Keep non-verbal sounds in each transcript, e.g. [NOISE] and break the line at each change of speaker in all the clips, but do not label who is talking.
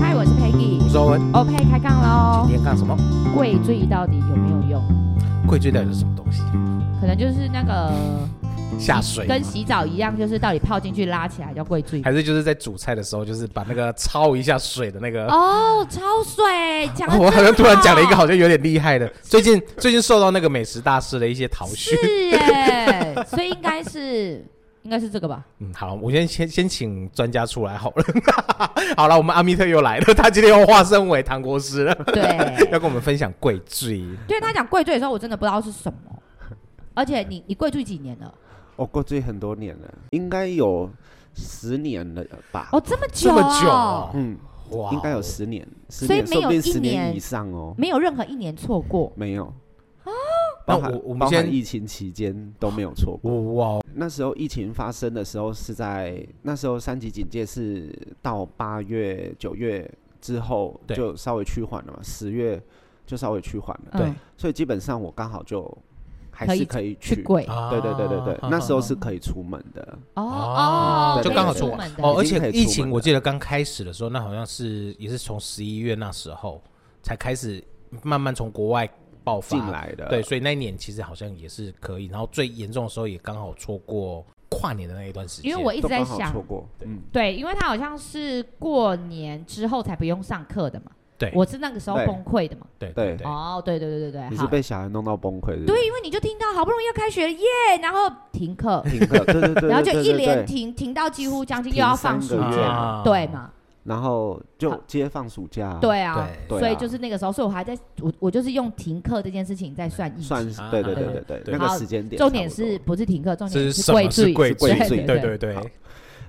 嗨，我是 Peggy，
我是欧文，
OK，开杠喽
今。天干什么？
跪罪到底有没有用？
贵最到底是什么东西？
可能就是那个
下水吗
跟洗澡一样，就是到底泡进去拉起来叫跪罪。
还是就是在煮菜的时候，就是把那个焯一下水的那个。
哦，超水，讲得
[LAUGHS] 我好像
真
突然讲了一个好像有点厉害的，最近最近受到那个美食大师的一些讨
是
许。 [LAUGHS]
耶，所以应该是应该是这个吧？
嗯，好，我先先先请专家出来好了。 [LAUGHS] 好了，我们阿密特又来了，他今天又化身为唐国师
[LAUGHS]
了，
对，
要跟我们分享贵罪。
对他讲跪罪的时候，我真的不知道是什么。而且你你跪罪几年了？
我哦过去很多年了，应该有十年了吧？
哦，这么久
这
哦，
么久哦、
嗯，
哇
应该有十年，十
所以
年，
没有
说不定
一
十
年
以上哦。
没有任何一年错过。
没有，
哦
那
包含
我我们
包含
先
疫情期间都没有错过。
哇，
那时候疫情发生的时候是在那时候三级警戒是到八月九月之后
对
就稍微趋缓了嘛，十月就稍微趋缓了，
对
嗯，
所以基本上我刚好就还
可以
是可以
去
去。
跪
啊
对对对对对，那时候是可以出门的。
哦
哦
哦，
就
可以
刚好
出
出
门的
哦，而
已经
且
可以
疫
出
情
门
我
了
记得刚开始的时候，那好像是也是从十一月那时候才开始慢慢从国外爆发
进。来的，
对，所以那一年其实好像也是可以，然后最严重的时候也刚好错过跨年的那一段时间。
因为我一直
都
在
刚好
想
错，过，嗯，
对，因为他好像是过年之后才不用上课的嘛。
对
我是那个时候
对
崩溃的嘛。
对
对
对，
哦，对对对对对，
你是
好。
被小孩弄到崩溃的，
对，因为你就听到好不容易要开学了耶，然后停课，
停课，对对
[LAUGHS]
对，
然后就
对
一
对
连
对
停停到几乎将近又
停
要放
三个
暑
月
假，
啊
对嘛？
然后就
好
接放暑假，
对
对
啊，
对啊，
所以就是那个时候，所以我还在我我就是用停课这件事情在算疫
算
情。
是
啊
对对
对
对
对
对对，
对
那
好
个时间点差
重
不多，
点是不是停课？重
这
点
是什
跪
么是
罪，
贵
跪罪
对
对
对。
对
好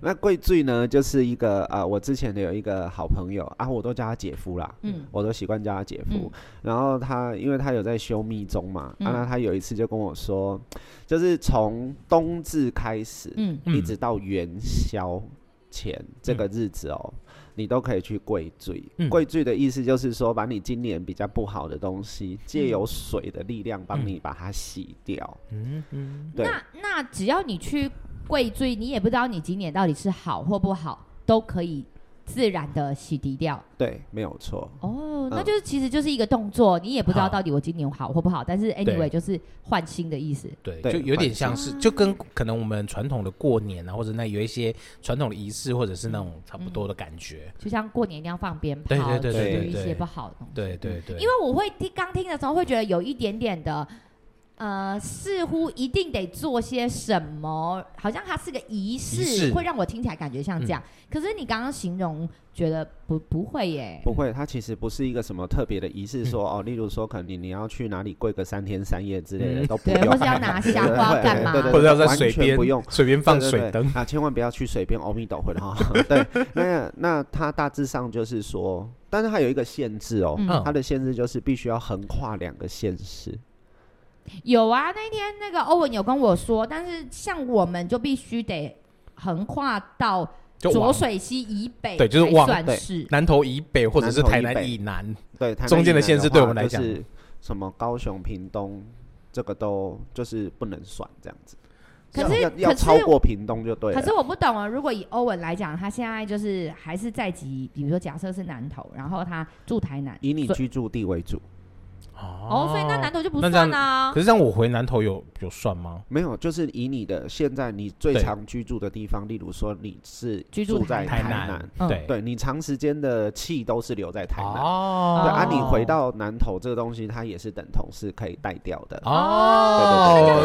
那贵罪呢，就是一个啊、呃我之前的有一个好朋友啊，我都叫他姐夫啦，
嗯
我都习惯叫他姐夫。
嗯
然后他因为他有在修密宗嘛，
嗯
啊，那他有一次就跟我说，就是从冬至开始，
嗯，
嗯
一直到元宵前、这个日子哦，你都可以去跪罪。
嗯
跪罪的意思就是说，把你今年比较不好的东西，借由水的力量帮你把它洗掉。
嗯嗯，
对
那那只要你去跪罪，你也不知道你今年到底是好或不好，都可以自然的洗涤掉。
对，没有错。
哦，
嗯
那就是其实就是一个动作，你也不知道
好
到底我今年好或不好，但是 anyway 就是换新的意思。
对，
对
就有点
反
像是，就跟可能我们传统的过年啊，或者那有一些传统的仪式，或者是那种差不多的感觉。
就像过年一样放鞭炮，
对
至
对对
对
于
对
一
对
些不好的东西。
对对对，
因为我会听刚听的时候会觉得有一点点的，呃，似乎一定得做些什么，好像它是个仪式，
仪式
会让我听起来感觉像这样。可是你刚刚形容，觉得不不会耶，
不会，它其实不是一个什么特别的仪
嗯
式说，哦，例如说，可能你你要去哪里跪个三天三夜之类的，
嗯
都不
对，
用，
或是要拿
对
下或要
对
干嘛
对？对
或者要在
完
水
全
边
不用
水边放
对对
水
对
灯，
啊，千万不要去水边欧米斗魂哈。 [LAUGHS] 对，那那它大致上就是说，但是它有一个限制哦，
嗯
它的限制就是必须要横跨两个县市。
有啊，那一天那个欧文有跟我说，但是像我们就必须得横跨到
就
浊
往
水溪以北，
对就是往
算是
南投以北或者是台
南投
南
以
以南，
对，台南
中间的
以南
县市对我们
话
来讲
就是什么高雄、屏东，这个都就是不能算这样子。
可
要
是
要
可
要
是
超过屏东就对了。
可是我不懂啊，如果以欧文来讲，他现在就是还是在籍，比如说假设是南投，然后他住台南，
以你
所以
居住地为主，
哦，所以那南投就不
那这样
算啊
可。是让我回南投有有算吗？
没有，就是以你的现在你最
对
常居住的地方，例如说你是
居住
住在
台
台
南
南，
嗯
对
对你长时间的气都是留在台南。
哦
对
哦
啊，你回到南投这个东西，它也是等同是可以带掉的。
哦
对对对对那就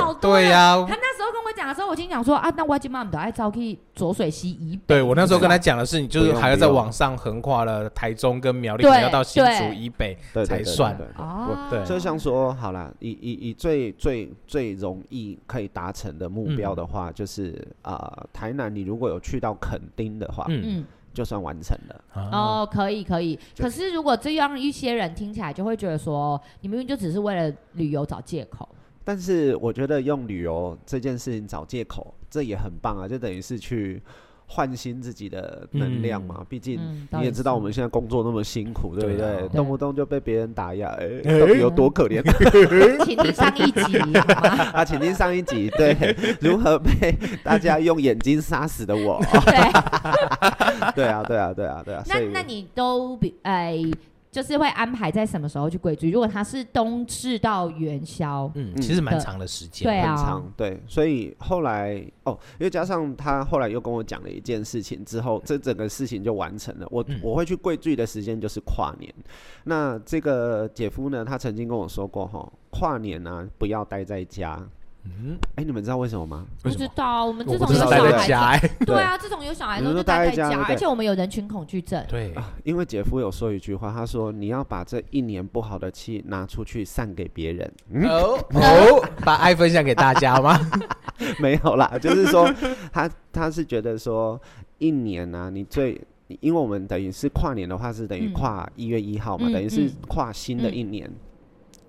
好，多了
对呀、
他那时候跟我讲的时候，我心想说啊，那我今妈都爱招去浊水溪以北。
对我那时候跟他讲的是，你就是
不用
还要再
不用
往上横跨了台中跟苗栗，
对
可能要到新竹
对
以北。
对对
才
对对
算
对对啊
哦，
对啊
就像说，好啦，以以以最最最容易可以达成的目标的话，就是啊、呃台南你如果有去到垦丁的话，
嗯，
嗯，
就算完成了。
哦，
哦，可以可以。可是如果这样一些人听起来就会觉得说，你明明就只是为了旅游找借口。
但是我觉得用旅游这件事情找借口，这也很棒啊，就等于是去焕新自己的能量嘛。毕竟
嗯，
你也知道我们
是
现在工作那么辛苦，对不
对啊
对？
对
动不动就被别人打压，哎，
哎
到底有多可怜？
[LAUGHS]
请听上一
[LAUGHS]
集好吗？
啊，请听上一集，对，
[LAUGHS]
如何被大家用眼睛杀死的我。
对， [LAUGHS]
对啊，对啊，对啊，对啊。
那
所以
那你都比哎、就是会安排在什么时候去归居？如果他是冬至到元宵，
嗯，
嗯
其实蛮
的
长的时间。
对
很
啊
长，，对，所以后来哦，又加上他后来又跟我讲了一件事情之后，这整个事情就完成了。我、
嗯
我会去贵聚的时间就是跨年。那这个姐夫呢，他曾经跟我说过哈，跨年啊不要待在家。
嗯，
哎，你们知道为什么吗？
不
为什
知
么？
道我们自
我不
从
知
有小孩
道待在
之
家
后，
欸
哎，
对啊，自从有小孩之后
你
就
们都
待在
待在家
家，
对
而且我们有人群恐惧症，
对，
啊，因为姐夫有说一句话，他说你要把这一年不好的气拿出去散给别人。
[LAUGHS]
哦哦，把爱分享给大家吗？
[LAUGHS] 没有啦，就是说他他是觉得说一年啊，你最因为我们等于是跨年的话是等于
嗯
跨一月一号嘛，
嗯
等于是
嗯
跨新的一年，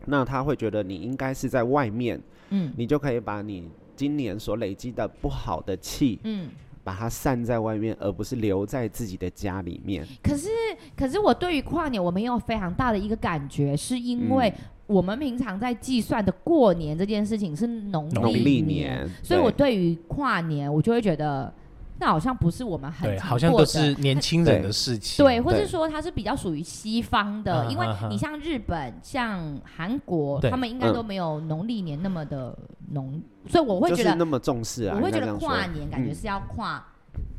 那他会觉得你应该是在外面，
嗯
你就可以把你今年所累积的不好的气，
嗯。
把它散在外面，而不是留在自己的家里面。
可是可是我对于跨年我们有非常大的一个感觉，是因为
嗯
我们平常在计算的过年这件事情是农
农
农历
年，
年，
所以我对
对
于跨年我就会觉得那好像不是我们很
对，
常
好像
过
都
的
是年轻人的事情。
对，或是
对
说它是比较属于西方
啊
的，因为
啊啊
你像日本、像韩国，
对
他们应该
嗯
都没有农历年那么的浓，所以我会
就
觉
是
得，
那么重视啊，
我会
应该
觉
这
得
样说
跨年感觉
嗯
是要跨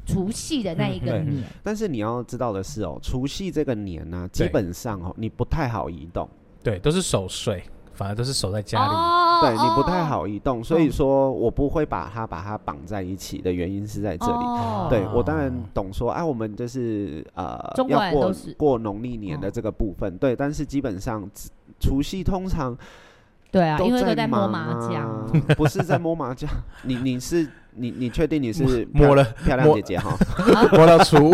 除夕的那一个
嗯嗯
年，
但是你要知道的是哦，除夕这个年呢、基
对
本上哦，你不太好移动。
对，都是守岁，反而都是守在家里。
哦，
对你不太
哦
好移动，所以说我不会把它把它绑在一起的原因是在这里。
哦
对我当然懂说啊，我们就是呃
中国
要
人
过
都是哦
过农历年的这个部分，对，但是基本上除夕通常
对啊，因为都
在
在摸
忙
麻
啊
将，， [LAUGHS]
不是在摸麻将，你你是你你确定你是
摸
漂
了
漂亮
摸
姐姐哈？
摸到初五，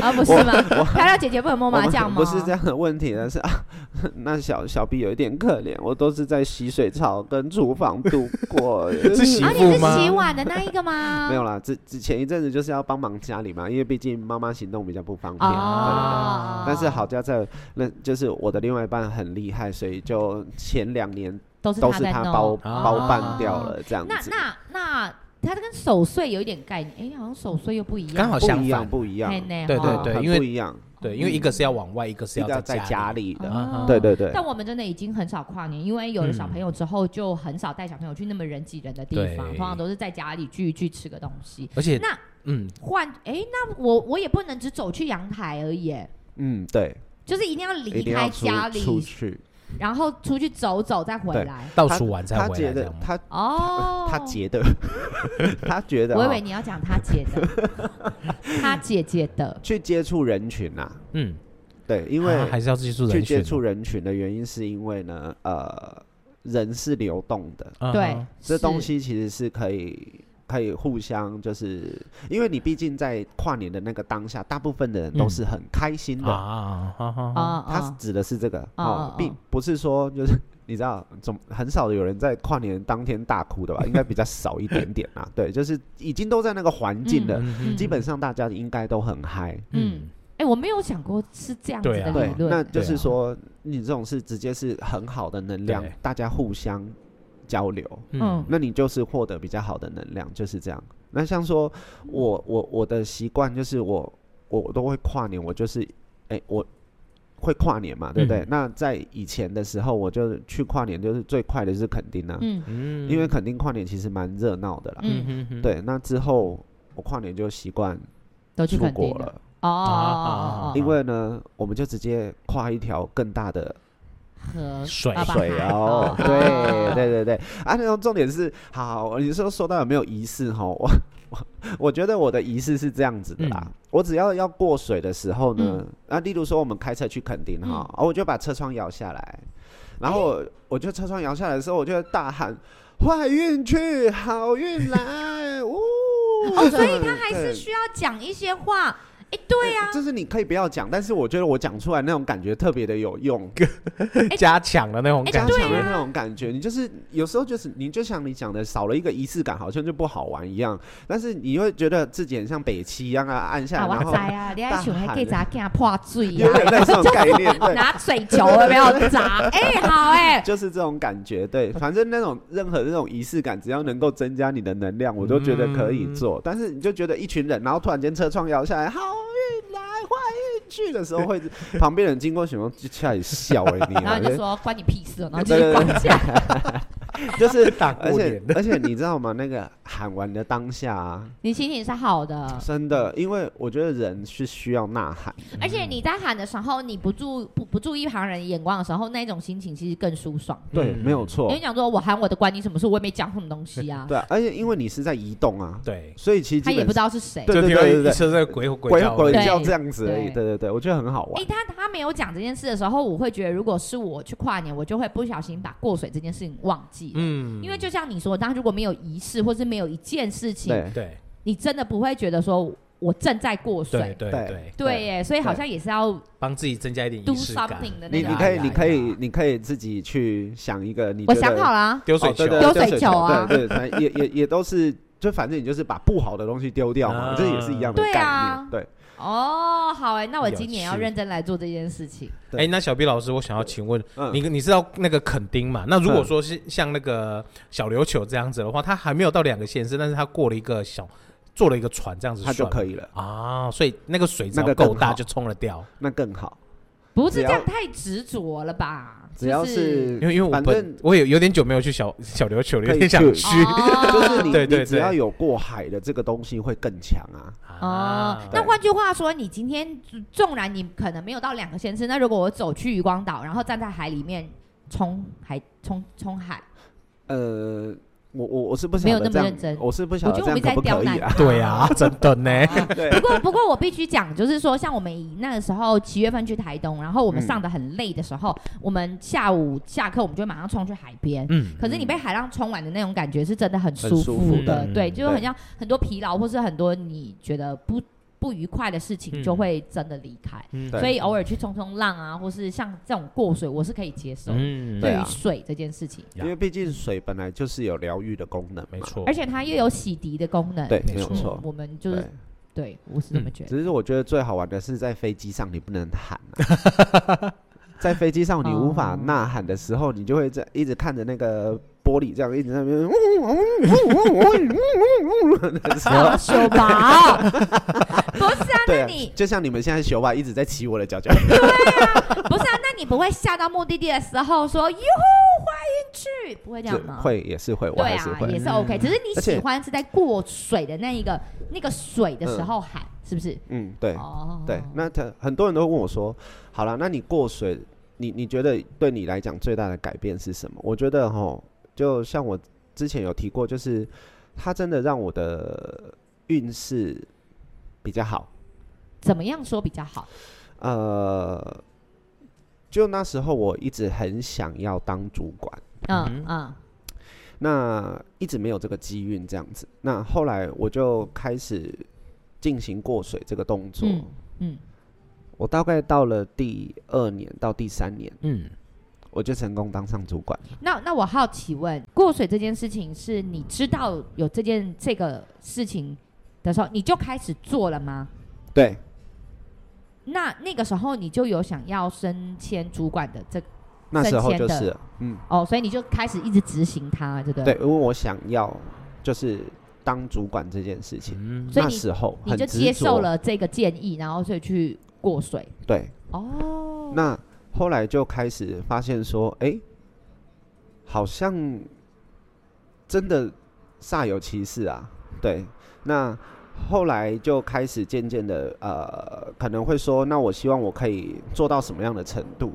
啊不是吗？漂亮姐姐不能摸
我
麻
们
将吗？
不是这样的问题，但是啊， [LAUGHS] 那小小 B 有一点可怜，我都是在洗水槽跟厨房度
[LAUGHS]
过，
是媳
啊，你
妇
是
吗？
洗碗的那一个吗？
没有啦，之之前一阵子就是要帮忙家里嘛，因为毕竟妈妈行动比较不方便。
哦，
但是好家在，那就是我的另外一半很厉害，所以就前两年
都是
都是
在
他
弄哦
包
啊
包办掉了这样
那
子。
那那，它跟守岁有一点概念，哎，好像守岁又不一样，
刚好
不
相
一样，
反，
不一样，啊
嘿呢
对对
哦
对
很
因为
不一样，
[LAUGHS] 对，因为一个是要往外，一个是
一个
要
在家
里。
里的，
啊
哦
对对对。嗯
但我们真的已经很少跨年，因为有了小朋友之后，就很少带小朋友去那么人挤人的地方，
对
通常都是在家里聚一聚，吃个东西。
而且
那
嗯，
换哎，那我我也不能只走去阳台而已，诶
嗯，对，
就是一定要
一
离
定要
开
出
家
出
里，
去。
然后出去走走再回
对
来。
到处玩才
他
回
觉
来这
得
样吗？
他
哦，
他觉得 [LAUGHS] 他觉得
我以
哦
为你要讲他姐的，
[LAUGHS]
他姐姐的，
去接触人群呐，
嗯，
对，因
啊 [LAUGHS]
为
还是要接触
去
人群啊
接触人群的原因是因为呢，呃，人是流动的，
啊，
对，
这
是
东西其实是可以可以互相，就是因为你毕竟在跨年的那个当下，大部分的人都是很开心
嗯啊
的。
啊啊啊
啊
啊！
啊，
他指的是这个
啊啊
哦
啊，
并不是说就是你知道，总很少有人在跨年当天大哭的吧？应该比较少一点点啦。对，就是已经都在那个环境了，
嗯
嗯
基本上大家应该都很嗨。
嗯，
嗯
哎，我没有想过是这样子
对啊
的
对
理，论，
那就
对
是
啊
说你这种是直接是很好的能量
对，
大家互相交流。
嗯
嗯
那你就是获得比较好的能量，就是这样。那像说我我我的习惯就是我我都会跨年，我就是哎、我会跨年嘛，对不对？
嗯
那在以前的时候，我就去跨年，就是最快的就是垦丁啊，
嗯
嗯
因为垦丁跨年其实蛮热闹的啦。
嗯，
嗯嗯，
对，那之后我跨年就习惯
都去
出
垦丁
国了，
哦哦
啊啊啊
哦哦
啊
哦
因为呢，我们就直接跨一条更大的
和
水
啊吧
水
海 [LAUGHS] 哦，
哦 [LAUGHS] 对对对对，啊，那种重点是，好，你说说到有没有仪式哈？我我我觉得我的仪式是这样子的啦，
嗯
我只要要过水的时候呢，
嗯
啊，例如说我们开车去垦丁哈，
嗯
啊我就把车窗摇下来，然后我我就车窗摇下来的时候，我就大喊坏运去，好运来，呜、 [LAUGHS]
哦，所以他还是
对
需要讲一些话。哎，对呀、
就是你可以不要讲，但是我觉得我讲出来那种感觉特别的有用，
加强的那种
哎
感觉。
加
对
强的
啊
那种感觉。你就是有时候就是你就像你讲的，少了一个仪式感，好像就不好玩一样。但是你会觉得自己很像北七一样啊，按下
啊，
来然
我
后
知啊，你爱想
大
还
喊
给咱给他破嘴呀
有、点类似这种概念，对。
拿水球有没有砸？哎、好哎、
[LAUGHS] 就是这种感觉，对，反正那种任何这种仪式感，只要能够增加你的能量，我都觉得可以做。但是你就觉得一群人，然后突然间车窗摇下来，好运来坏运去的时候，会旁边人经过，想说就下来笑哎、你、
然后
啊，
你就说关你屁事哦，然后就
对
去
对对
关起来。
就是
大
而
过
且
年的，
而且你知道吗？那个喊完的当下、啊，
你心情是好的，
真的，因为我觉得人是需要呐喊，
而且你在喊的时候，你不注不不注意旁人眼光的时候，那一种心情其实更舒爽。
对，
嗯
没有错
因为，你讲说我喊我的关你什么事，我也没讲什么东西啊，
对，而且因为你是在移动啊，
对，
所以其实
他
基
也
本
不知道是谁。
对
就
对
听
对
到
对
一
对
车在鬼吼
鬼
叫
吼鬼
对
叫这样子而已，
对
对对对，我觉得很好玩
哎、。他他没有讲这件事的时候，我会觉得，如果是我去跨年，我就会不小心把过水这件事情忘记。
嗯，
因为就像你说，当如果没有仪式，或是没有一件事情，
对
对
你真的不会觉得说我正在过
对
水。
对
对
对，
对耶，所以好像也是要
帮自己增加一点
do
仪式感。
something 的那
你
个。啊
你可
呀
以你
呀
可以
呀
你可以自己去想一个你
我
觉得
想好了、啊，
丢
哦
水球，
对对
丢
丢
水
水
球啊
对对，反正也也也都是，就反正你就是把不好的东西丢掉嘛，
啊
这也是一样的
对
概
啊
念，对。
哦，好哎，那我今年
有
要
趣
认真来做这件事情。
对
哎，那小 B 老师，我想要请问
嗯
你，你知道那个垦丁嘛？那如果
嗯
说是像那个小琉球这样子的话，他还没有到两个县市，但是他过了一个小，坐了一个船这样子
它
算
就
吗，
可以了，
啊，所以那个水只
那个
要够
更
大
好
就冲了掉。
那更好。
不是这样
只
太执着了吧？
只要
就是
是
因为因为我
嗯反
本
正
我也有点久没有去小小琉球了，
可
有
以
点想
去
去
哦
[LAUGHS] 就是你
对对
你只
对
要有过海的这个东西会更强啊，
哦
啊，
那换句话说，你今天纵然你可能没有到两个县市，那如果我走去渔光岛，然后站在海里面冲海冲冲海，
呃。我我我是不
没
晓
有
得
那
这
么
样
认真，
我是不
我
晓得
觉得
这
我
样
们
可
在
不
刁
可
难
以
你。
啊？
[LAUGHS] 对啊，真的呢，
[LAUGHS] 对
[LAUGHS] 不过，不过我必须讲，就是说，像我们以那个时候七月份去台东，然后我们上的很累的时候，我们下午下课我们就马上冲去海边。
[LAUGHS] 嗯，
可是你被海浪冲完的那种感觉是真的很舒
很舒服
的，
的
对，
嗯
就很像很多疲劳或是很多你觉得不不愉快的事情
嗯
就会真的离开。
嗯
对
所以偶尔去冲冲浪啊，或是像这种过水，我是可以接受。
嗯，
对于
对啊
水这件事情，
因为毕竟水本来就是有疗愈的功能嘛，
没错，
而且它又有洗涤的功能。
对，
没
没有
错
嗯
错，
我们就
对。
是对，我是这么觉得。
只是我觉得最好玩的是在飞机上，你不能喊、
[LAUGHS]
啊。在飞机上你无法呐喊的时候，你就会在一直看着那个玻璃，这样一直在那边嗡嗡嗡嗡嗡嗡嗡的时候
啊，，修 [LAUGHS] 宝，不是啊，
嗯 [LAUGHS] 对
那
啊
你，
就像你们现在学霸一直在骑我的脚脚，
不是啊，那你不会下到目的地的时候说“哟呼，欢迎去”，不会这
就
样吗？
会也是会，我
对
还是
啊，也
会，
是 OK。只是你
而且
喜欢是在过水的那一个那个水的时候喊，是不是？
嗯，对
哦，
对。那他很多人都问我说，好了，那你过水，你你觉得对你来讲最大的改变是什么？我觉得哈，就像我之前有提过，就是它真的让我的运势比较好。
怎么样说比较好？
呃，就那时候我一直很想要当主管，
嗯嗯，
那一直没有这个机运这样子。那后来我就开始进行过水这个动作。
嗯嗯
我大概到了第二年到第三年，
嗯，
我就成功当上主管。
那那我好奇问，过水这件事情是你知道有这件这个事情的时候，你就开始做了吗？
对，
那那个时候你就有想要升迁主管的这
那时候就
升迁
是，嗯，
哦，所以你就开始一直执行它，对不对？
对，因为我想要就是当主管这件事情，
嗯所以
那
你
时候
你
很
就
执
接受
着。
了这个建议，然后所以去过水。
对，
哦，
那后来就开始发现说，哎、好像真的煞有其事啊。对，那后来就开始渐渐的，呃，可能会说，那我希望我可以做到什么样的程度？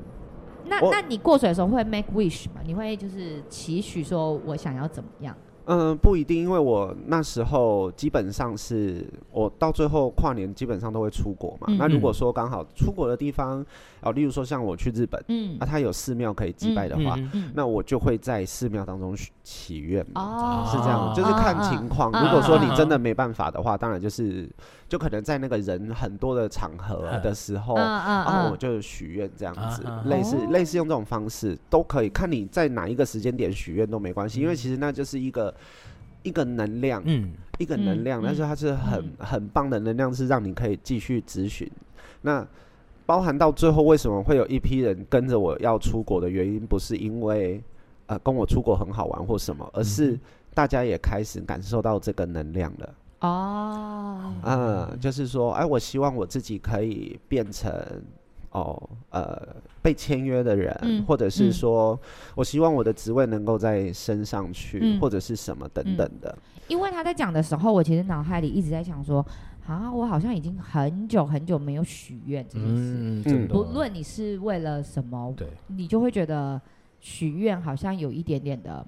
那
我
那你过水的时候会 make wish 吗？你会就是期许说我想要怎么样？
嗯、不一定，因为我那时候基本上是我到最后跨年基本上都会出国嘛。
嗯
那如
嗯
果说刚好出国的地方，哦，例如说像我去日本，
嗯
啊，它有寺庙可以祭拜的话，
嗯
嗯，
那我就会在寺庙当中许祈愿嘛。
哦，
是这样，就是看情况。
嗯
如果说你
嗯
真的没办法的话，当然就是就可能在那个人很多的场合
嗯
的时候
嗯，嗯
啊，我
嗯，
就许愿这样子
啊啊，
类似
哦
类似用这种方式都可以，看你在哪一个时间点许愿都没关系，因为其实那就是一个一个能量，
嗯
一个
嗯
能量，但是
嗯
它是很
嗯
很棒的能量，是让你可以继续咨询。那包含到最后，为什么会有一批人跟着我要出国的原因，不是因为呃跟我出国很好玩或什么，
嗯
而是大家也开始感受到这个能量了。
哦，
嗯，就是说，哎，我希望我自己可以变成哦，呃，被签约的人，
嗯
或者是
嗯
说、我希望我的职位能够再升上去，
嗯
或者是什么等
嗯
等的。
因为他在讲的时候，我其实脑海里一直在想说，啊，我好像已经很久很久没有许愿这件事。
嗯，真的
不论你是为了什么，
对
你就会觉得许愿好像有一点点的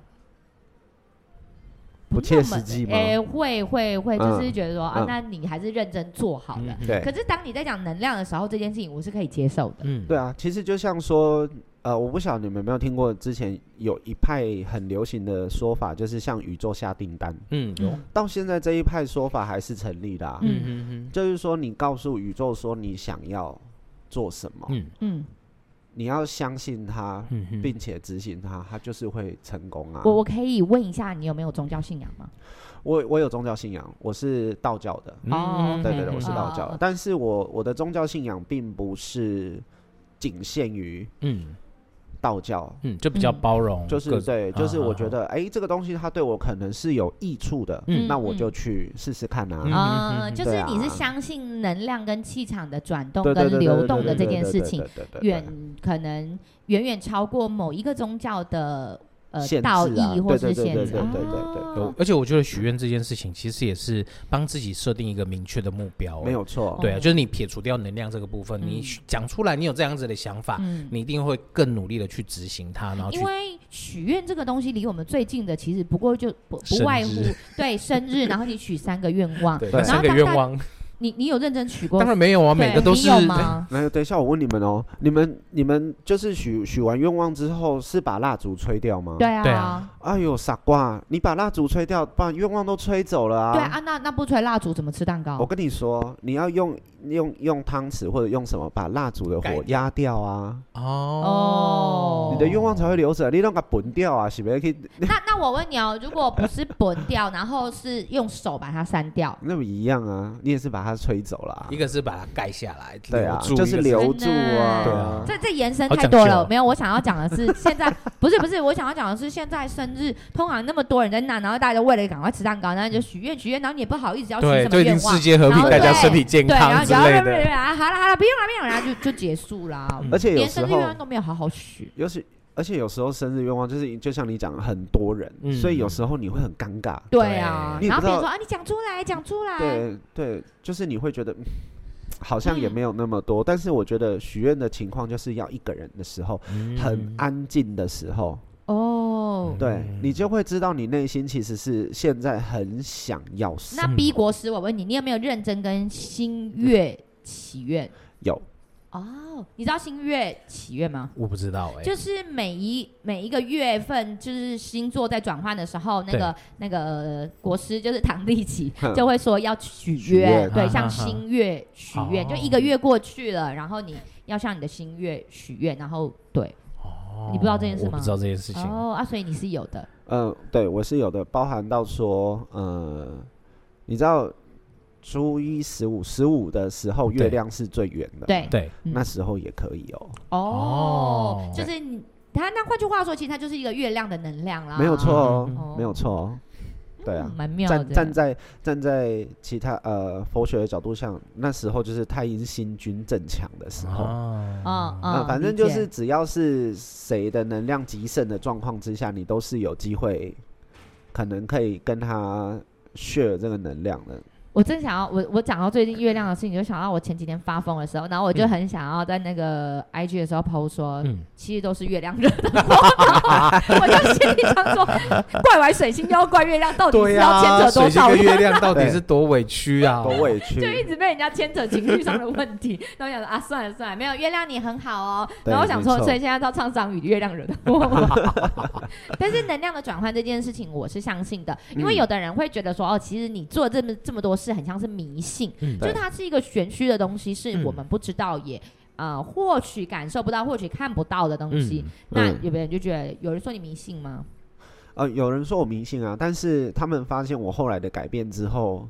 不
那
切
么
实际吗？
哎、会会会，就是
嗯
觉得说、啊
嗯，
那你还是认真做好了。
嗯
对，
可是当你在讲能量的时候，这件事情我是可以接受的。
嗯
对啊，其实就像说，呃，我不晓得你们有没有听过，之前有一派很流行的说法，就是向宇宙下订单。
嗯有嗯
到现在这一派说法还是成立的、啊，
嗯
嗯
就是说你告诉宇宙说你想要做什么，
嗯
嗯，
你要相信它，
嗯嗯
并且执行它，它就是会成功啊。
我我可以问一下，你有没有宗教信仰吗？
我我有宗教信仰，我是道教的，
哦
对对对，
嗯
我是道教
哦
的，但是我我的宗教信仰并不是仅限于
嗯
道教，
嗯，就比较包容各，
就是对，就是我觉
得
得，哎，这个东西它对我可能是有益处的，
嗯
那我
嗯
就去试试看
嗯
啊。
啊、
嗯
就是
对
你是
啊
相信能量跟气场的转动
对对
跟
对对
流
对
动的
对
这件
对
事
对
情，
对对对对
远可能远远超过某一个宗教的呃
限制啊
道义或
对
是
对对
限
对
制。
对
啊。
对对对
有，而且我觉得许愿这件事情其实也是帮自己设定一个明确的目标，
没。有错，
对啊，就是你撇除掉能量这个部分，你
哦嗯
许讲出来，你有这样子的想法，
嗯，
你一定会更努力的去执行它，然后去
因为许愿这个东西离我们最近的，其实不过就不不
生日
外乎对生日，然后你许三个愿望。
对
对
三个愿望。
你你有认真许过？
当然没有啊，
对
每个都是
你有吗？
来，等一下，我问你们哦，你们你们就是许许完愿望之后，是把蜡烛吹掉吗？
对。啊，
对啊
哎呦，傻瓜，你把蜡烛吹掉，把愿望都吹走了啊！
对啊，那那不吹蜡烛怎么吃蛋糕
我？跟你说，你要用用用汤匙或者用什么把蜡烛的
盖
火压掉啊，
[LAUGHS] 哦
哦，
你的愿望才会留着，你让它滚掉啊，是不是可以？
[LAUGHS] 那那我问你哦，如果不是滚掉，然后是用手把它删
[LAUGHS]
掉，
那不一样啊，你也是把它吹走了、啊
一。个是把它盖下来，
对啊，
留住
就是
一个
留住啊。
真的
啊
这这延伸
好
太
讲
多
究
了
哦，
没有，我想要讲的是现在 [LAUGHS] 不是不是，我想要讲的是现在生日通常那么多人在那，然后大家为了赶快吃蛋糕，然后就许愿许愿，然后你也不好意思要许
对，
什么
就已
愿
经
望
世，界和
然
平，
后
大家
对
身体健
对，然后
康
你
之
就要
类
不不
的。嗯
啊，好了好了，不用了不用了，然后就就结束啦。
而且有
连
时
生日愿
候
望都没有好好许，
有时，而且有时候生日愿望就是就像你讲，很多人，
嗯
所以有时候你会很尴尬。
对啊，
你也
然后别
不知
人
道
说啊，你讲出来讲出来，
对对，就是你会觉得。嗯好像也
嗯
没有那么多，但是我觉得许愿的情况就是要一个人的时候，
嗯
很安静的时候，
哦，
对
嗯
你就会知道你内心其实是现在很想要什
那
嗯
么。
B 国师，我问你，你有没有认真跟星月祈愿？
有，
哦，你知道星月祈愿吗？
我不知道哎，
就是每一每一个月份，就是星座在转换的时候，那
对
个那个呃国师就是唐立奇
哼
就会说要许
许
愿，
愿
对，
哈哈
像
哈
星月许愿，
哦
就一个月过去了，然后你要向你的星月许愿，然后对，你不知道这件事
哦我
吗
不知道这件事情。
哦啊，所以你是有的，
呃，对我是有的，包含到说，呃，你知道初一十五十五的时候
对
月亮是最圆的，，
对，
对，
嗯
那时候也可以哦，
哦
哦，
就是你他那换句话说，其实它就是一个月亮的能量啦，
没有错哦
嗯嗯
嗯，
没有错哦，对啊
嗯，蛮妙的
站，站在站在其他呃佛学的角度上，那时候就是太阴星君正强的时候。
哦，
嗯
啊、
嗯，
反正
理
就
解
是只要是谁的能量极盛的状况之下，你都是有机会，可能可以跟他 share 这个能量的。
我真想要，我我讲到最近月亮的事情，就想到我前几天发疯的时候，然后我就很想要在那个 IG 的时候 PO 说，
嗯，
其实都是月亮惹的 [LAUGHS] 祸。我就心里想说，怪完水星又要怪月亮，到底是
对
要
啊
牵
呀，
扯
水
多
星
少
跟
人？
月亮到底是多委屈啊？
多委
[LAUGHS]
屈
就。一直被人家牵扯情绪上的问题， [LAUGHS] 然后想说啊，算了算了，没有月亮你很好哦。
对
然后我想
没
说，
错
所以现在到唱张宇，月亮惹的 [LAUGHS] 祸吗。但是能量的转换这件事情，我是相信的，因为
嗯
有的人会觉得说，哦，其实你做这么这么多事，很像是迷信，
嗯
就是
对
它是一个玄虚的东西，是
嗯
我们不知道也。呃，或许感受不到，或许看不到的东西，
嗯
那
嗯
有的人就觉得，有人说你迷信
[LAUGHS]
吗？
呃，有人说我迷信啊，但是他们发现我后来的改变之后，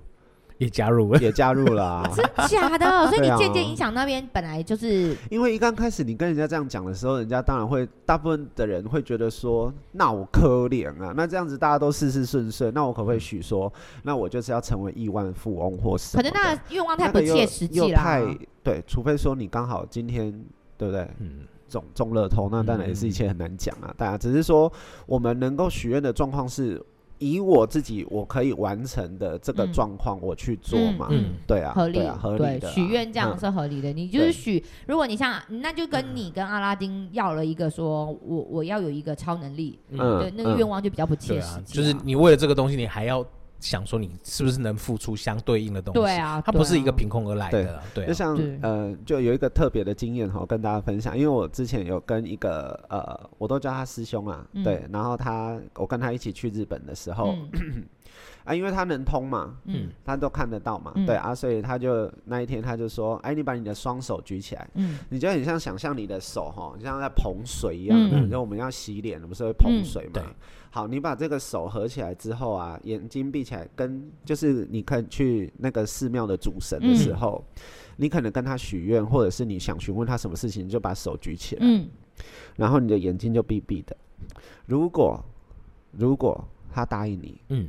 也加入了，
也加入了、啊。
假的，所以你
对啊
渐渐影响那边本来就是
因为一刚开始你跟人家这样讲的时候，人家当然会，大部分的人会觉得说，那我可怜啊，那这样子大家都事事顺遂，那我
嗯
可不可以许说，那我就是要成为亿万富翁或什
可
么
能
的？
那愿望太
那
不
个又
切实际
又
了啊。
太对，除非说你刚好今天对不对
嗯，
中中乐透，那当然也是
嗯
一切很难讲啊。大家只是说我们能够许愿的状况是。以我自己我可以完成的这个
嗯
状况，我去做
嗯
嘛，
嗯
对啊，
合理，
对啊，合理
对
的啊
许愿这样
嗯
是合理的。你就是
对
许，如果你像，那就跟你跟阿拉丁要了一个说，我我要有一个超能力，
嗯
对，那个
嗯
愿望就比较不
对
切实
啊，
际啊。
就是你为了这个东西，你还要想说你是不是能付出相对应的东西？
对，啊，
它
对
不是
啊
一个凭空而来的啊，对
就
啊，
像
对
呃，就有一个特别的经验哈，跟大家分享。因为我之前有跟一个呃，我都叫他师兄啊，
嗯
对。然后他，我跟他一起去日本的时候、
嗯
啊，因为他能通嘛，
嗯
他都看得到嘛，
嗯
对啊，所以他就那一天他就说，哎，你把你的双手举起来，
嗯
你就很像想象你的手哈，你像在捧水一样的，
嗯
就我们要洗脸，不是会捧水嘛？
对
好，你把这个手合起来之后啊，眼睛闭起来，跟就是你可以去那个寺庙的主神
嗯
的时候，你可能跟他许愿，或者是你想询问他什么事情，你就把手举起来，
嗯，
然后你的眼睛就闭闭的。如果如果他答应你，
嗯，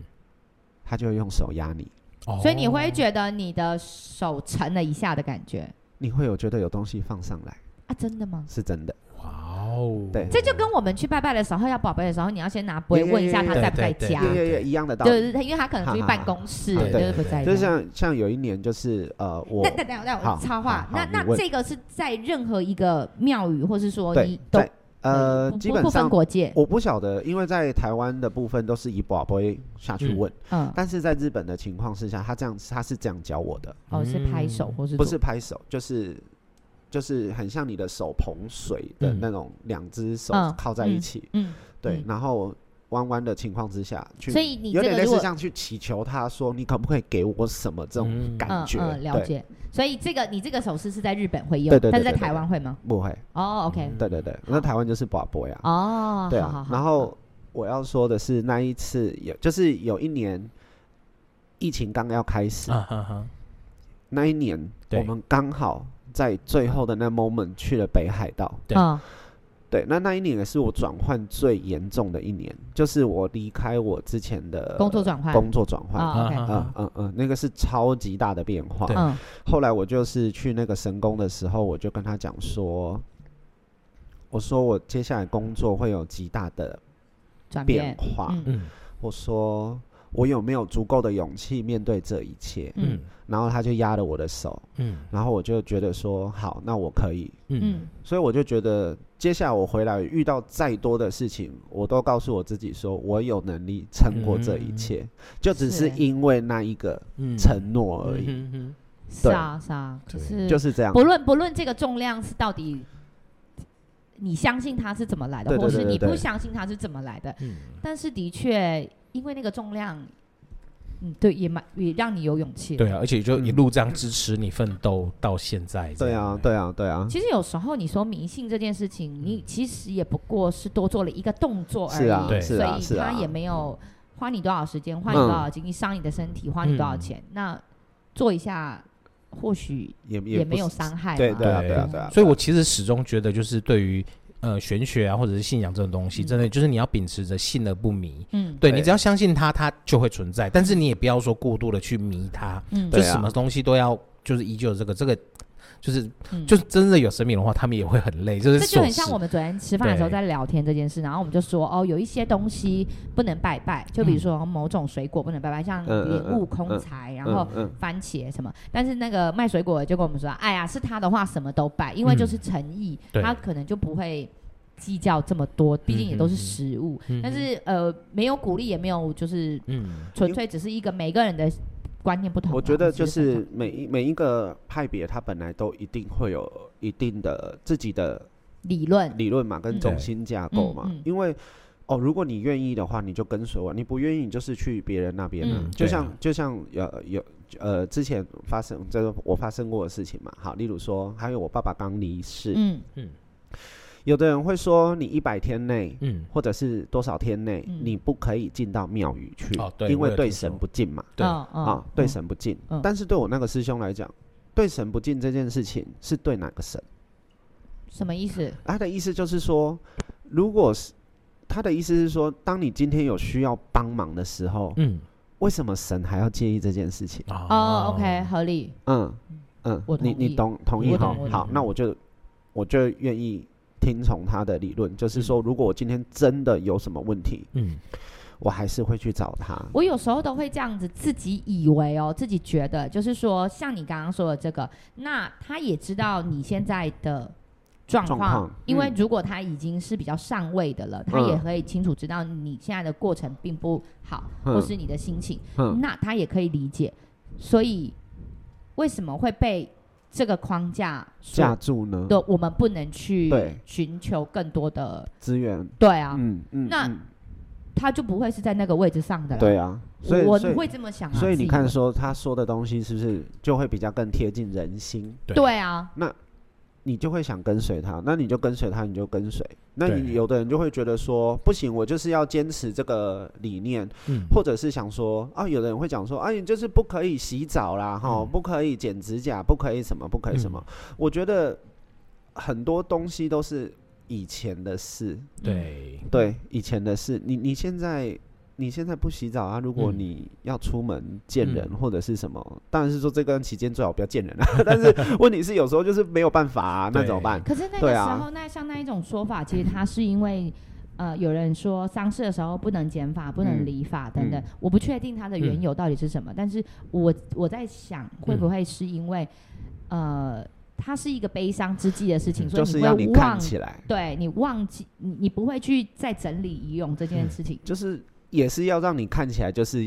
他就会用手压你，
哦
所以你会觉得你的手沉了一下的感觉
你会有觉得有东西放上来，
啊？真的吗？
是真的。
哇哦，
对
这就跟我们去拜拜的时候要宝贝的时候，你要先拿杯问一下他
对
在不在
对对
家，
耶耶耶，一样的道理。
对对对，因为他可能出去办公室，
哈哈哈
就是不在家。
就像像有一年就是呃，我
那那等一下等一下我
好
插话
好，
那
好你
那
问
这个是在任何一个庙宇，或是说哦你
对
都
在呃
不
基
不
本
不分
上
国界，
我不晓得，因为在台湾的部分都是以宝贝下去问，
嗯，
但是在日本的情况之下，他这样他是这样教我的，
哦，是拍手或是
不
做
是拍手，就是就是很像你的手捧水的
嗯
那种，两只手
嗯
靠在一起，
嗯，嗯
对，然后弯弯的情况之下去，
所以你
有
这
点
个
类
如
似
果
像去祈求他说，你可不可以给我什么这种
嗯
感
嗯
觉？
嗯了
对，
解，所以这个你这个手势是在日本会用
对，对对
但是在
对对
台湾会吗？
不会，
哦，OK，
对对对，那台湾就是宝贝啊，
哦，
对
好好
啊，
好
然后我要说的是，那一次有就是有一年疫情刚要开始，
啊哈哈，
那一年
对
我们刚好在最后的那 moment 去了北海道。
对
嗯
对，那那一年也是我转换最严重的一年，就是我离开我之前的
工作转换
呃工作转换。
啊，OK，
啊
嗯嗯嗯，那个是超级大的变化
对。
嗯
后来我就是去那个神宫的时候，我就跟他讲说，我说我接下来工作会有极大的
转
变
变，
化。
嗯
嗯
我说我有没有足够的勇气面对这一切？
嗯
嗯
然后他就压了我的手，
嗯
然后我就觉得说好，那我可以。
嗯
嗯
所以我就觉得，接下来我回来遇到再多的事情，我都告诉我自己说，我有能力撑过这一切，
嗯
就只
是
是因为那一个
嗯
承诺而已，
嗯哼
是
对
啊是啊，就
对
是
就是这样。
不论不论这个重量是到底。你相信它是怎么来的，
对对
或是
对对
你
对
不相信它是怎么来的？
嗯
但是的确，因为那个重量，嗯，对，也蛮也让你有勇气。
哼，对啊，而且就
嗯
一路这样支持你奋斗到现在，
对啊，，对啊，对啊，
其实有时候你说迷信这件事情，你其实也不过是多做了一个动作而已，
嗯是啊
对
是啊
所
是
以
啊嗯
他也没有花你多少时间，花你多少精力，伤你的身体，花你多少钱，那做一下或许
也
也
也不
没有
是
伤害嘛。
对对啊，
对
对啊，对啊。
所以我其实始终觉得，就是对于呃玄学啊，或者是信仰这种东西，
嗯
真的就是你要秉持着信而不迷。
嗯
对
对
你只要相信它，它就会存在，但是你也不要说过度的去迷它，
嗯
就
对啊
什么东西都要就是依旧这个这个就是
嗯
就是真的有神明的话，他们也会很累，就是
这就
琐
很像
事
我们昨天吃饭的时候
对
在聊天这件事，然后我们就说哦，有一些东西不能拜拜，就比如说某种水果不能拜拜，像
嗯嗯嗯
莲雾、
嗯
空
嗯
柴，然
嗯
后
嗯
番茄什么。但是那个卖水果的就跟我们说，哎呀，是他的话什么都拜，因为
嗯
就是诚意，
对
他可能就不会计较这么多，毕竟也都是食物。
嗯嗯嗯
但是呃，没有鼓励，也没有就是
嗯
纯粹只是一个每个人的观念不同啊。
我觉得
只
就
分享
是每一每一个派别，它本来都一定会有一定的自己的
理论，
理论嘛，跟
嗯
中心架构嘛。
嗯嗯
因为哦，如果你愿意的话，你就跟随我；你不愿意，你就是去别人那边啊。
嗯
就
对啊
像就像呃有呃之前发生这个我发生过的事情嘛。好，例如说，还有我爸爸刚离世，
嗯
有的人会说你一百天内。
嗯，
或者是多少天内，
嗯
你不可以进到庙宇去，
哦对
因
我
为
有
对
听
神
说
不敬嘛。
对
嗯嗯
啊，对神不敬。
嗯
但是对我那个师兄来讲，对神不敬这件事情是对哪个神？
什么意思？
他的意思就是说，如果是他的意思是说，当你今天有需要帮忙的时候，
嗯啊
为什么神还要介意这件事情？
哦，OK，合理。
嗯嗯
我，
你
同意
你懂同意
我
哈
懂我？
好，
懂
那我就我就愿意听从他的理论，就是
嗯
说，如果我今天真的有什么问题，
嗯
我还是会去找他。
我有时候都会这样子，自己以为哦，自己觉得就是说，像你刚刚说的这个，那他也知道你现在的状
状况
况，因为
嗯
如果他已经是比较上位的了，他也
嗯
可以清楚知道你现在的过程并不好，
嗯
或是你的心情，
嗯
那他也可以理解。所以为什么会被这个框架所
架住呢？
对，我们不能去
对
寻求更多的
资源，
对啊，
嗯嗯，
那
嗯
他就不会是在那个位置上的了。
对啊，所以
我
所以
会这么想啊。
所以
自
你
以
看
为
说他说的东西是不是就会比较更贴近人心？
对
对啊，
你就会想跟随他，那你就跟随他，你就跟随。那
对
你有的人就会觉得说，不行，我就是要坚持这个理念，
嗯
或者是想说啊，有的人会讲说，啊，你就是不可以洗澡啦，哈、
嗯
不可以剪指甲，不可以什么，不可以什么。我觉得很多东西都是以前的事，
对
嗯
对，以前的事，你你现在你现在不洗澡啊？如果
嗯
你要出门见人
嗯
或者是什么，当然是说这段期间最好不要见人啊。 [LAUGHS] 但是问题是有时候就是没有办法啊，那
对
怎么办？
可是那个
对
时
啊
候，那像那一种说法，其实他是因为。呃，有人说丧事的时候不能剪发、不能
嗯
理发等等，
嗯
我不确定他的缘由到底是什么，但是我我在想，会不会是因为，呃，它是一个悲伤之际的事情，所
嗯就
以
是要
会
你看
忘，
起来，
对你忘记，你你不会去再整理遗容这件事情。
嗯
就是也是要让你看起来就是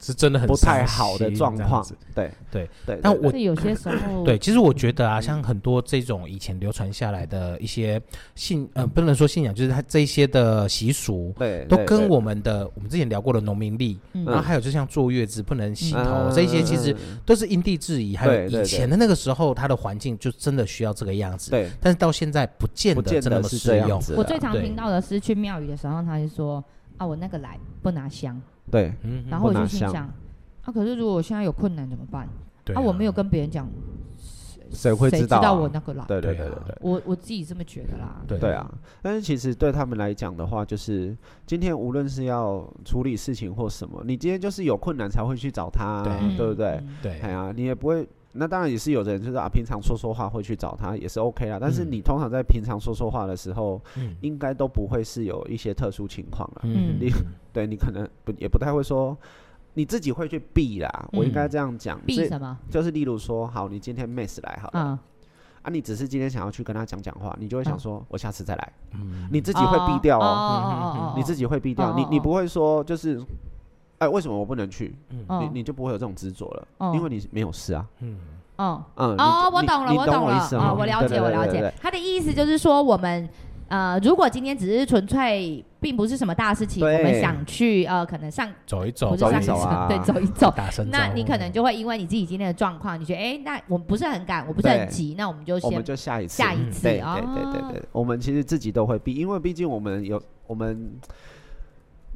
是真的很
不太
伤
好的
心
状
这样
况
子。
对
对
对，
但
对
我
所以有些时候，
对，其实
嗯
我觉得啊，
嗯
像很多这种以前流传下来的一些信，呃，不能说信仰，就是它这一些的习俗，
对
都
对
跟
对
我们的我们之前聊过的农民历，
嗯
然后还有就像坐月子不能洗头
嗯
这一些，其实都是因地制宜，还有
对对
以前的那个时候，它的环境就真的需要这个样子，
对，
但是到现在不见
不
得
见
真的那
得
么
是
适
这样
用。
子啊。
我最常
对
听到的是去庙宇的时候，他就说啊，我那个来不拿香，
对
嗯哼
然后我
不
就
拿
心
香
想，啊，可是如果我现在有困难怎么办？
对
啊，我没有跟别人讲，
谁会
谁知
道啊？
我那个啦？
对对
对
对
啊
对对。
我我自己这么觉得啦。
对
对啊，但是其实对他们来讲的话，就是今天无论是要处理事情或什么，你今天就是有困难才会去找他啊，
对
嗯，
对不对？
嗯
对
哎，呀，你也不会。那当然也是有的人就是啊，平常说说话会去找他也是 OK 啦。但是
嗯
你通常在平常说说话的时候，
嗯
应该都不会是有一些特殊情况啦。
嗯
[LAUGHS] 你对你可能不也不太会说，你自己会去避啦。我应该
嗯
这样讲，
避
这
什么？
就是例如说，好，你今天 miss 来好了，
啊，
啊，你只是今天想要去跟他讲讲话，你就会想
嗯
说，我下次再来，
嗯
你自己会避掉哦。
哦
你自
己
己会避掉，
哦
你
哦
你
哦
不会说就是，哎，为什么我不能去？你
哦
你就不会有这种执着了，
哦
因为你没有事啊。
嗯
哦
嗯，你
哦，我
你
懂了，
你
我
懂
懂
意
了，
思
哦
吗？
我了
对
解，我了。
对对
解
对。
他的意思就是说，我们呃，如果今天只是纯粹并不是什么大事情，
对
我们想去呃，可能上
走一哦
不
走，
是
走一
上
走啊
对，走一
[LAUGHS]
走。
打声招
那
呼
你可能就会因为你自己今天的状况，你觉得哎，那我们不是很赶，我不是
对
很急，那我们就
我们
先
就下一次，
下一
嗯
次
对
啊。
对对对对，我们其实自己都会避，因为毕竟我们有我们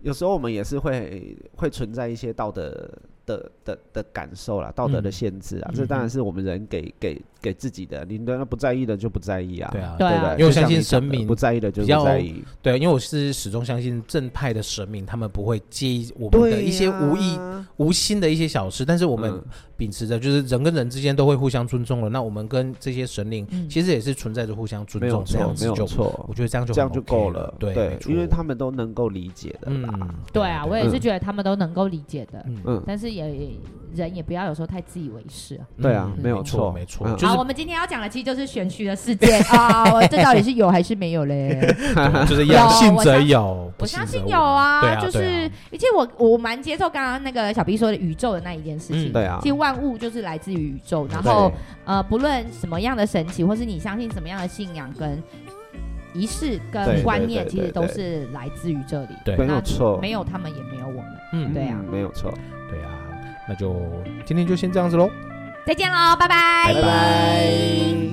有时候我们也是会会存在一些道德的的的感受啦，道德的
嗯
限制啊，
嗯
这当
嗯
然是我们人给给给自己的，你那不在意的就不在意啊，
对啊
对啊
不对？
因
为我
就像
相信
你讲
神
的
明
不在意的就
比
不
较
在意，
对，因为我是始终相信正派的神明，他们不会介意我们的一些无意、
呀
无心的一些小事，但是我们
嗯
秉持着就是人跟人之间都会互相尊重了，那我们跟这些神灵
嗯
其实也是存在着互相
没
尊
有
重，这
错
样，
没
子
有
就
错
我，觉得这样就
这样
很
就
OK
够
了，
对，
对，嗯
因为他嗯
们
们都能够理解的啦，
对啊，我也是觉得他们都能够理解的，
嗯
嗯，
但是也人也不要有时候太自以为是啊。
对啊
嗯
没有错
没错，
嗯
就
好，
是
啊我们今天要讲的其实就是玄虚的事件 [LAUGHS] 啊，我这到底是有还是没有嘞？
对就是
有
要信
我
则
相
有，
[LAUGHS]
不
我相
则
信
无
有啊，
对啊，
就
对
是
啊，
而且我我蛮接受刚刚那个小 B 说的宇宙的那一件事情。
嗯
对啊
其，实万物就是来自于宇宙，然
对
后呃，不论什么样的神奇，或是你相信什么样的信仰跟仪式
对
跟
对
观念，
对
其实
对
都
对
是来自于这里。
对
没
那
有错，
没有他们也没有我们。
嗯，
对啊
嗯没有错。
对啊，那就今天就先这样子喽。
再见喽，拜拜，
拜拜